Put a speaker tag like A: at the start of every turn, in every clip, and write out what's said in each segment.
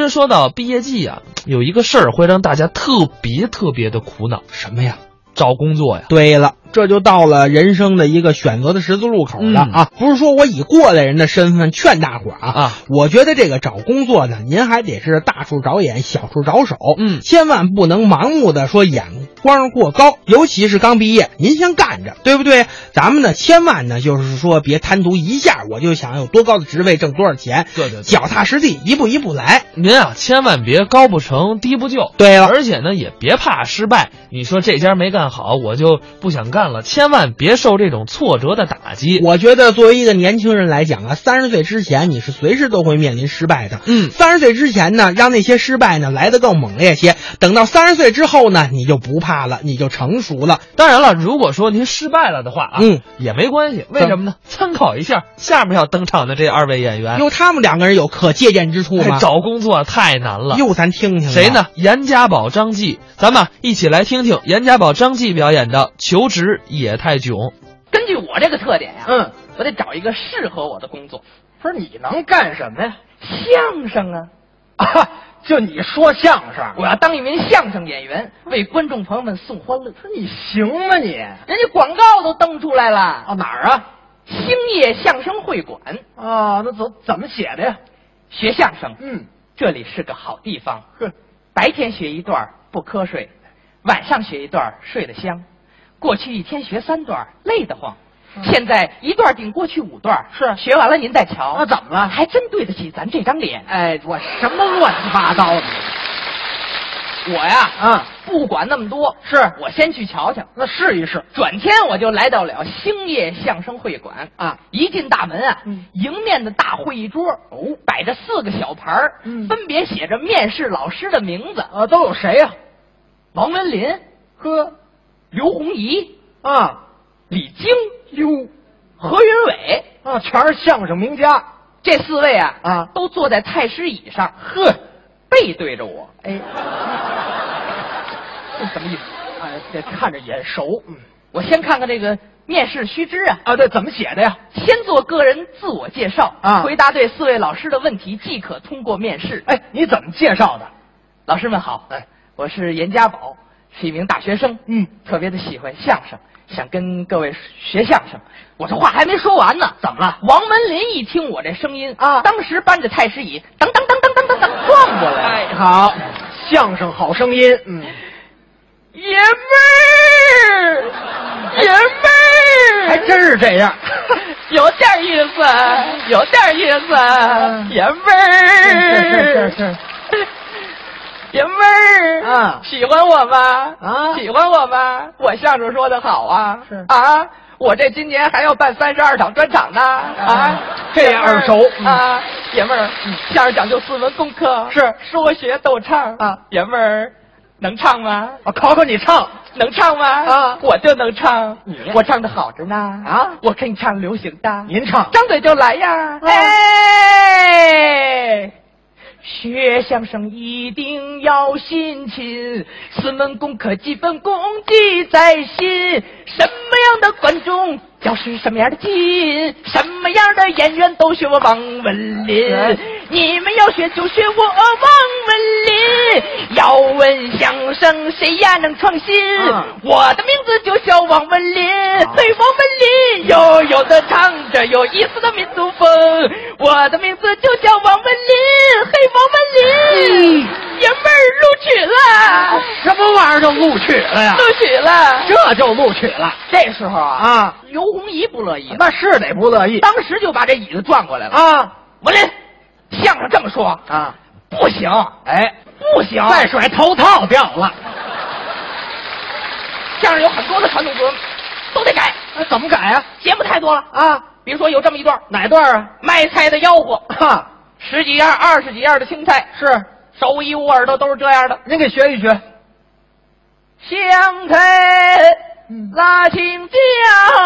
A: 其实说到毕业季啊，有一个事儿会让大家特别特别的苦恼，
B: 什么呀？
A: 找工作呀。
B: 对了，这就到了人生的一个选择的十字路口了啊！不是说我以过来人的身份劝大伙儿啊，
A: 嗯啊
B: 我觉得这个找工作呢，您还得是大处着眼，小处着手，
A: 嗯
B: 千万不能盲目的说眼光过高，尤其是刚毕业，您先干着，对不对？咱们呢，千万呢，就是说别贪图一下我就想有多高的职位，挣多少钱，
A: 对对对
B: 脚踏实地，一步一步来。
A: 您啊，千万别高不成低不就。
B: 对了，
A: 而且呢，也别怕失败。你说这家没干好，我就不想干了。千万别受这种挫折的打击。
B: 我觉得作为一个年轻人来讲啊，三十岁之前你是随时都会面临失败的。
A: 嗯
B: 三十岁之前呢，让那些失败呢来得更猛烈些；等到三十岁之后呢，你就不怕了，你就成熟了。
A: 当然了，如果说您失败了的话啊，
B: 嗯，
A: 也没关系。为什么呢？参考一下下面要登场的这二位演员。
B: 哟，他们两个人有可借鉴之处
A: 哎
B: 吗？
A: 找工作太难了。
B: 哟，咱听啊听吧
A: 谁？呢？严家宝、张继，咱们啊一起来听听严家宝、张继表演的《求职也太囧》。
C: 根据我这个特点呀、
D: 嗯，
C: 我得找一个适合我的工作，
D: 不是你能干什么呀？
C: 相声啊！
D: 啊，就你说相声，
C: 我要当一名相声演员，为观众朋友们送欢乐。
D: 不是你行吗你？
C: 人家广告都登出来了，
D: 啊哪儿啊？
C: 兴业相声会馆，
D: 啊，那怎怎么写的呀？
C: 学相声，
D: 嗯，
C: 这里是个好地方。
D: 呵，
C: 白天学一段儿不瞌睡，晚上学一段儿睡得香。过去一天学三段儿累得慌，现在一段儿顶过去五段儿
D: 嗯是
C: 学完了您再瞧。
D: 那怎么了
C: 还真对得起咱这张脸。
D: 哎，我什么乱七八糟的？
C: 我呀，
D: 啊，
C: 不管那么多，
D: 是
C: 我先去瞧瞧。
D: 那试一试
C: 转天我就来到了兴业相声会馆
D: 啊，
C: 一进大门啊，
D: 嗯
C: 迎面的大会议桌哦，摆着四个小牌儿，
D: 嗯
C: 分别写着面试老师的名字：
D: 啊，都有谁呀、
C: 王文林、
D: 呵，
C: 刘洪怡、
D: 啊
C: 李菁、哟、何云伟，
D: 啊，全是相声名家。
C: 这四位啊
D: 啊
C: 都坐在太师椅上，
D: 呵，
C: 背对着我，
D: 哎，这什么意思？哎，这看着眼熟。嗯，
C: 我先看看这个面试须知啊。
D: 啊，对，怎么写的呀？
C: 先做个人自我介绍
D: 啊
C: 回答对四位老师的问题即可通过面试。
D: 哎，你怎么介绍的？
C: 老师们好，
D: 哎
C: 我是严家宝，是一名大学生，
D: 嗯，
C: 特别的喜欢相声，想跟各位学相声。我这话还没说完呢，
D: 怎么了
C: 王文林一听我这声音
D: 啊
C: 当时搬着太师椅，噔噔噔噔噔噔噔撞过来了，
D: 哎，好，相声好声音。嗯，
C: 爷们儿，爷们儿，
D: 还真是这样。
C: 有点意思，有点意
D: 嗯
C: 思，爷们
D: 是
C: 儿
D: 是，是
C: 爷们儿，
D: 啊
C: 喜欢我吗？
D: 啊
C: 喜欢我吗？我相声说的好啊，
D: 是
C: 啊，我这今年还要办三十二场专场呢，啊，
D: 这也耳熟
C: 爷们儿啊，爷们儿，相声讲究四门功课，
D: 嗯是
C: 说学逗唱
D: 啊，
C: 爷们儿，能唱吗？
D: 我考考你唱
C: 能唱吗？
D: 啊
C: 我就能唱
D: 你，
C: 我唱的好着呢
D: 啊
C: 我给你唱流行的，
D: 您唱
C: 张嘴就来呀！
D: 啊
C: 哎，学相声一定要辛勤，四门功课基本功记在心。什么样的观众就是什么样的金，什么样的演员都学我王文林
D: 哎。
C: 你们要学就学我王文林，要问相声谁呀能创新？
D: 嗯
C: 我的名字就叫王文林，
D: 啊
C: 对王文林悠悠的唱着有意思的民族风。我的名字就叫王文林，嘿，王文林，爷们儿录取了，
D: 什么玩意儿就录取了呀
C: 录？取了。
D: 这就录取了
C: 这时候啊，
D: 啊！
C: 刘洪怡不乐意了，
D: 那是得不乐意
C: 当时就把这椅子转过来了。
D: 啊
C: 文林，相声这么说
D: 啊！
C: 不行，
D: 哎，
C: 不行，
D: 再甩头套掉了，
C: 相声有很多的传统歌都得改，
D: 那怎么改啊？
C: 节目太多了。
D: 啊，
C: 比如说有这么一段
D: 哪段啊？
C: 卖菜的吆喝，
D: 哈，
C: 十几样、二十几样的青菜，
D: 是
C: 手一捂耳朵都是这样的。
D: 您给学一学。
C: 啊哎香菜
D: 嗯、
C: 辣青椒，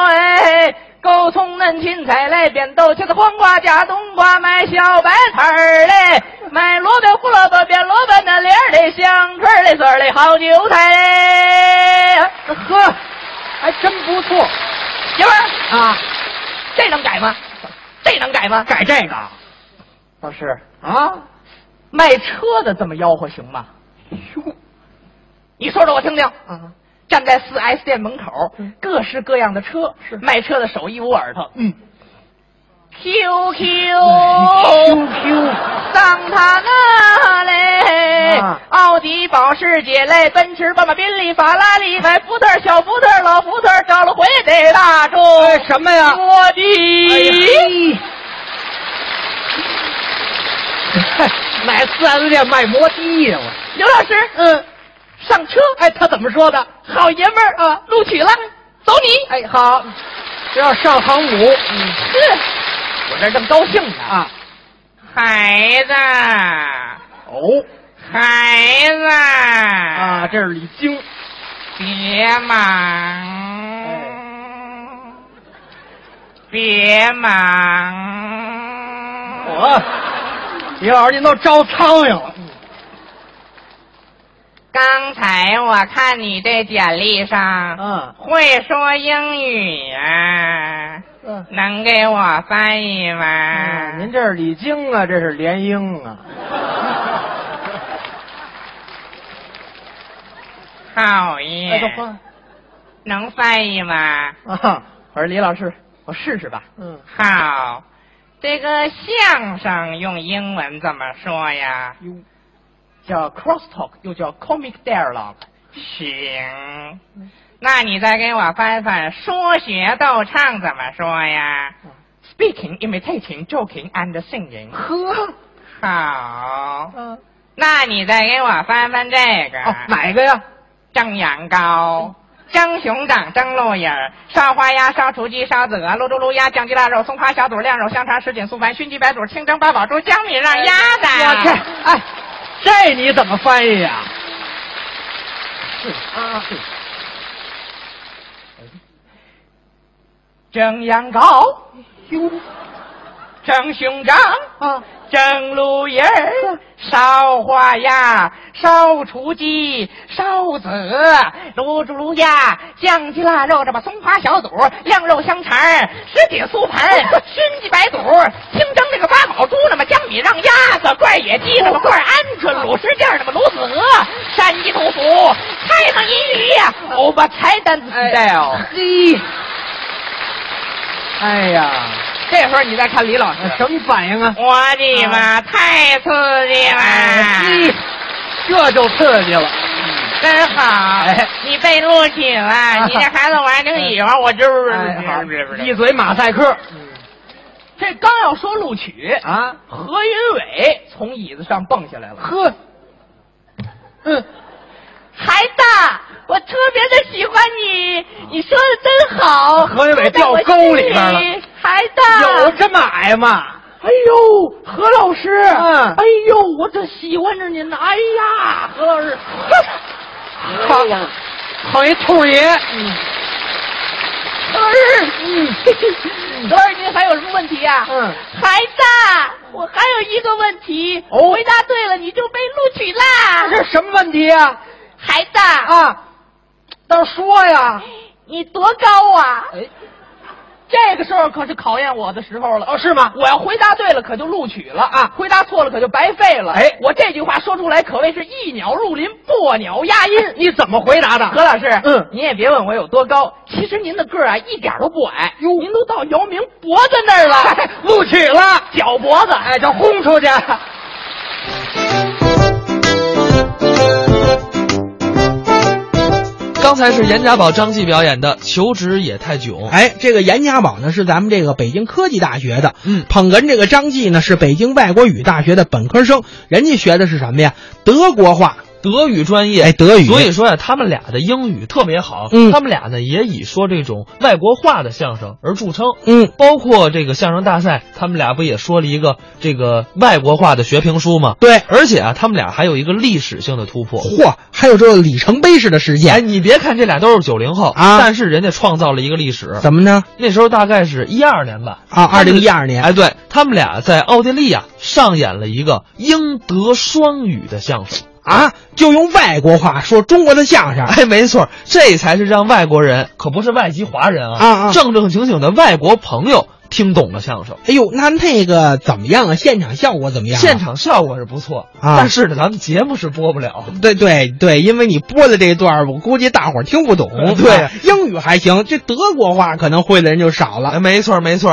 C: 哎，够葱嫩芹菜嘞，扁豆、茄子、黄瓜、加冬瓜，买小白菜儿嘞，买萝卜、胡萝卜、扁萝卜、那莲儿嘞、香椿儿嘞、蒜儿嘞、好韭菜哎嘞。
D: 呵，还真不错
C: 媳妇儿，
D: 啊！
C: 这能改吗？这能改吗？
D: 改这个
C: 老师，
D: 啊？
C: 卖车的这么吆喝行吗？
D: 哟，
C: 你说说我听听。
D: 啊，嗯
C: 站在四 S 店门口，各式各样的车，
D: 是
C: 卖车的手一捂耳朵
D: 嗯哦哎
C: ，QQ、
D: ，QQ，
C: 桑塔纳嘞
D: 啊，
C: 奥迪、保时捷嘞，奔驰、宝马、宾利、法拉利嘞，福特、小福特、老福特，找了回得大众。
D: 哎，什么呀？
C: 我
D: 哎
C: 的，
D: 咦， 买四 S 店卖摩的呀我。
C: 刘老师，
D: 嗯，
C: 上车，
D: 哎，他怎么说的？
C: 好爷们儿啊，录取了，走你。
D: 哎，好，这要上航母。嗯
C: 是，
D: 我这正高兴呢啊。
C: 孩子，
D: 哦
C: 孩子
D: 啊，
C: 啊
D: 这是李菁。
C: 别
D: 哎
C: 忙，别忙
D: 我，李哦老师您都招苍蝇了。
C: 刚才我看你这简历上，
D: 嗯
C: 会说英语啊，
D: 嗯
C: 能给我翻译吗？
D: 嗯，您这是李菁啊，这是莲英啊。
C: 讨厌，
D: 这话
C: 能翻译吗？
D: 啊，我说李老师，我试试吧。嗯，
C: 好，这个相声用英文怎么说呀？
D: 哟，叫 cross talk，又叫 comic dialogue。嗯
C: 行，那你再给我翻翻说学逗唱怎么说呀
D: 嗯
C: ？Speaking, imitating, joking and singing。
D: 呵，
C: 好，
D: 嗯，
C: 那你再给我翻翻这个。
D: 哦，哪个呀？
C: 蒸羊羔。蒸熊掌，蒸鹿眼儿，烧花鸭，烧雏鸡，烧子鹅，卤猪卤鸭，酱鸡腊肉，松花小肚，晾肉香肠，什锦素饭，熏鸡白肚，清蒸八宝猪，江米让鸭子。
D: 我这，哎，这你怎么翻译啊呀、是啊，是
C: 蒸羊羔，
D: 哟
C: 蒸熊掌，
D: 啊，
C: 蒸鹿眼儿，烧花鸭，烧雏鸡，烧子鹅，卤猪卤鸭，酱鸡腊肉，这么松花小肚，晾肉香肠儿，什锦素盘，熏鸡白肚，清蒸这个八宝猪，那么江米让鸭子，罐儿野鸡，那么罐儿鹌鹑，卤什件儿，那么卤子鹅，山鸡兔鼠，开门一语呀，欧巴柴单子 style。
B: 哎
D: 嘿，哎呀，
C: 这时候你再看李老
D: 那什么反应啊？
C: 我的妈，太刺激
D: 嘿
C: 了！，
D: 哎这就刺激了。
C: 真好啊
D: 哎，
C: 你被录取了，你这孩子我还能以为啊我知不
D: 哎，好
C: 知不，
D: 一
C: 知？
D: 嘴马赛克
C: 这刚要说录取，
D: 啊！
C: 何云伟从椅子上蹦下来了，
D: 呵，嗯，
C: 孩子，我特别的喜欢你，你说的真好。
D: 何云伟掉沟里边
C: 说在
D: 了
C: 我心里孩
D: 有
C: 子，
D: 这么矮吗？
C: 哎呦，何老师，
D: 嗯
C: 哎呦，我这喜欢着您呢，哎呀，何老师，哎
D: 好，好一兔爷，
C: 何老师，何老师，您还有什么问题呀、啊？
D: 嗯，
C: 孩子，啊我还有一个问题，
D: 哦
C: 回答对了你就被录取啦。
D: 啊这什么问题呀？
C: 孩子，
D: 啊，倒说呀。
C: 你多高啊？
D: 哎，
C: 这个时候可是考验我的时候了。
D: 哦，是吗？
C: 我要回答对了，可就录取了
D: 啊
C: 回答错了，可就白费了。
D: 哎
C: 我这句话说出来，可谓是一鸟入林，破鸟压音。
D: 哎你怎么回答的？
C: 何老师，
D: 嗯
C: 您也别问我有多高，其实您的个儿啊一点都不矮，
D: 哟
C: 您都到姚明脖子那儿了，
D: 录取了，
C: 脚脖子。
D: 哎，就轰出去。
A: 刚才是严家宝、张继表演的《求职也太囧》。
B: 哎，这个严家宝呢是咱们这个北京科技大学的，
A: 嗯
B: 捧哏这个张继呢是北京外国语大学的本科生，人家学的是什么呀？德国话，
A: 德语专业，
B: 哎，德语。
A: 所以说呀、他们俩的英语特别好。
B: 嗯
A: 他们俩呢也以说这种外国话的相声而著称。
B: 嗯，
A: 包括这个相声大赛，他们俩不也说了一个这个外国话的学评书吗？
B: 对，
A: 而且啊，他们俩还有一个历史性的突破。
B: 嚯，还有这里程碑式的事
A: 哎，
B: 件，
A: 你别看这俩都是九零后
B: 啊
A: 但是人家创造了一个历史。
B: 怎么呢？
A: 那时候大概是一二年吧，
B: 啊，二
A: 他们
B: 零一二年，
A: 哎，对他们俩在奥地利啊上演了一个英德双语的相声。
B: 啊，就用外国话说中国的相声，
A: 哎，没错，这才是让外国人，可不是外籍华人啊，
B: 啊啊
A: 正正经经的外国朋友听懂了相声。
B: 哎呦，那那个怎么样啊？现场效果怎么样啊、
A: 现场效果是不错，
B: 啊
A: 但是呢，咱们节目是播不了。
B: 对对对，因为你播的这一段儿，我估计大伙儿听不懂。
A: 呃对
B: 啊英语还行，这德国话可能会的人就少了。
A: 哎，没错儿没错儿。